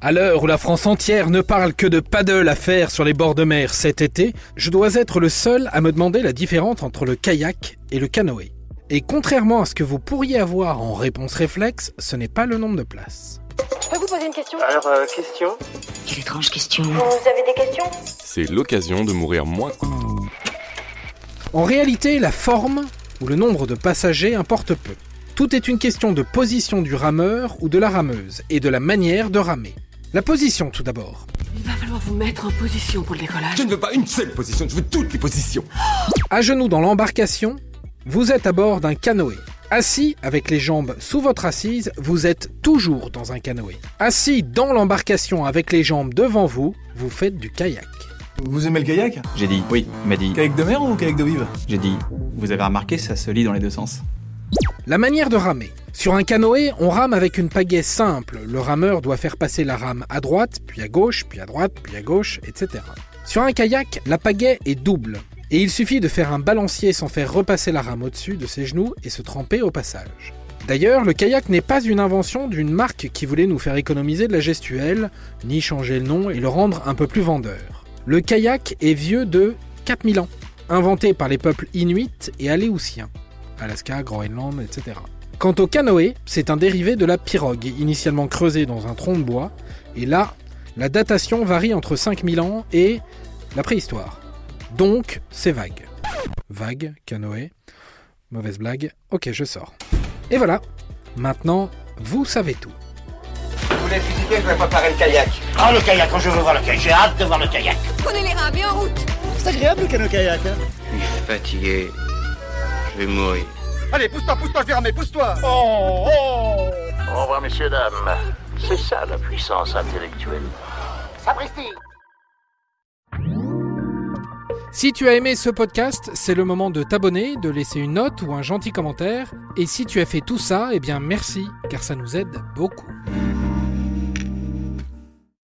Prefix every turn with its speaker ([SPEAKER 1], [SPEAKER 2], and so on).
[SPEAKER 1] À l'heure où la France entière ne parle que de paddle à faire sur les bords de mer cet été, je dois être le seul à me demander la différence entre le kayak et le canoë. Et contrairement à ce que vous pourriez avoir en réponse réflexe, ce n'est pas le nombre de places.
[SPEAKER 2] Je peux vous poser une question
[SPEAKER 3] Alors, euh, question
[SPEAKER 4] Quelle étrange question.
[SPEAKER 2] Vous avez des questions
[SPEAKER 5] C'est l'occasion de mourir moins.
[SPEAKER 1] En réalité, la forme ou le nombre de passagers importe peu. Tout est une question de position du rameur ou de la rameuse et de la manière de ramer. La position tout d'abord.
[SPEAKER 6] Il va falloir vous mettre en position pour le décollage.
[SPEAKER 7] Je ne veux pas une seule position, je veux toutes les positions.
[SPEAKER 1] À genoux dans l'embarcation, vous êtes à bord d'un canoë. Assis avec les jambes sous votre assise, vous êtes toujours dans un canoë. Assis dans l'embarcation avec les jambes devant vous, vous faites du kayak.
[SPEAKER 8] Vous aimez le kayak
[SPEAKER 9] J'ai dit oui, il m'a dit.
[SPEAKER 8] Kayak de mer ou kayak de vive
[SPEAKER 9] J'ai dit, vous avez remarqué, ça se lit dans les deux sens.
[SPEAKER 1] La manière de ramer. Sur un canoë, on rame avec une pagaie simple. Le rameur doit faire passer la rame à droite, puis à gauche, puis à droite, puis à gauche, etc. Sur un kayak, la pagaie est double. Et il suffit de faire un balancier sans faire repasser la rame au-dessus de ses genoux et se tremper au passage. D'ailleurs, le kayak n'est pas une invention d'une marque qui voulait nous faire économiser de la gestuelle, ni changer le nom et le rendre un peu plus vendeur. Le kayak est vieux de 4000 ans, inventé par les peuples inuits et aléoutiens. Alaska, Groenland, etc. Quant au canoë, c'est un dérivé de la pirogue, initialement creusée dans un tronc de bois, et là, la datation varie entre 5000 ans et la préhistoire. Donc, c'est vague. Vague, canoë, mauvaise blague, ok, je sors. Et voilà, maintenant, vous savez tout.
[SPEAKER 3] Vous voulez visiter, je vais préparer le kayak.
[SPEAKER 10] Ah, le kayak, quand je veux voir le kayak, j'ai hâte de voir le kayak.
[SPEAKER 11] Prenez les rames et en route
[SPEAKER 10] C'est agréable le canot kayak. Hein
[SPEAKER 12] Je suis fatigué. Je vais mourir.
[SPEAKER 3] Allez, pousse-toi, pousse-toi, je vais ramener, pousse-toi
[SPEAKER 10] Oh, oh
[SPEAKER 12] Au revoir, messieurs, dames. C'est ça la puissance intellectuelle.
[SPEAKER 10] Sapristi
[SPEAKER 1] Si tu as aimé ce podcast, c'est le moment de t'abonner, de laisser une note ou un gentil commentaire. Et si tu as fait tout ça, eh bien merci, car ça nous aide beaucoup.